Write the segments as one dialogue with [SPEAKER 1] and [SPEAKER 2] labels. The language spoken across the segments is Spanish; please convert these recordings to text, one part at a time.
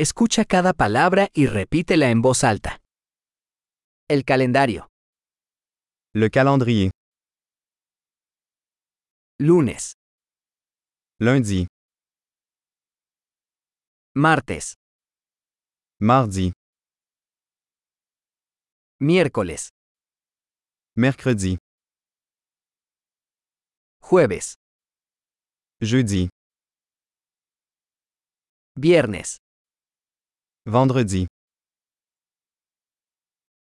[SPEAKER 1] Escucha cada palabra y repítela en voz alta. El calendario.
[SPEAKER 2] Le calendrier.
[SPEAKER 1] Lunes,
[SPEAKER 2] Lundi,
[SPEAKER 1] martes,
[SPEAKER 2] mardi,
[SPEAKER 1] miércoles,
[SPEAKER 2] mercredi,
[SPEAKER 1] jueves,
[SPEAKER 2] jeudi,
[SPEAKER 1] viernes,
[SPEAKER 2] vendredi,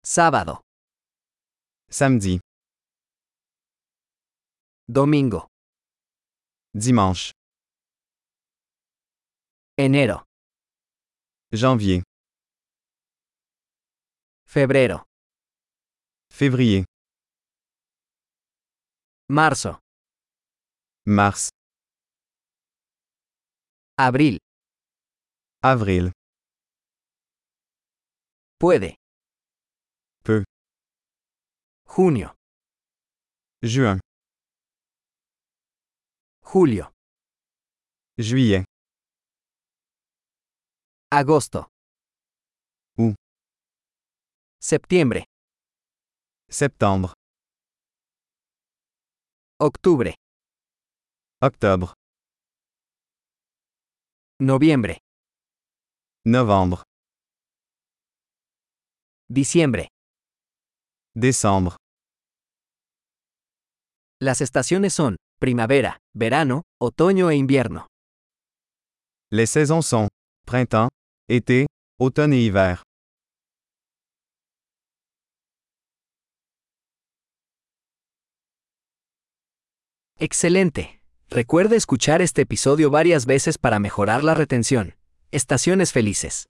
[SPEAKER 1] sábado,
[SPEAKER 2] samedi,
[SPEAKER 1] domingo,
[SPEAKER 2] dimanche,
[SPEAKER 1] enero,
[SPEAKER 2] janvier,
[SPEAKER 1] febrero,
[SPEAKER 2] février,
[SPEAKER 1] marzo,
[SPEAKER 2] mars,
[SPEAKER 1] abril,
[SPEAKER 2] avril,
[SPEAKER 1] puede.
[SPEAKER 2] Peu.
[SPEAKER 1] Junio,
[SPEAKER 2] juin,
[SPEAKER 1] julio,
[SPEAKER 2] juillet,
[SPEAKER 1] agosto.
[SPEAKER 2] U.
[SPEAKER 1] Septiembre,
[SPEAKER 2] septembre,
[SPEAKER 1] octubre,
[SPEAKER 2] octobre,
[SPEAKER 1] noviembre,
[SPEAKER 2] novembre,
[SPEAKER 1] diciembre.
[SPEAKER 2] décembre.
[SPEAKER 1] Las estaciones son primavera, verano, otoño e invierno.
[SPEAKER 2] Les saisons sont printemps, été, automne et hiver.
[SPEAKER 1] Excelente. Recuerda escuchar este episodio varias veces para mejorar la retención. Estaciones felices.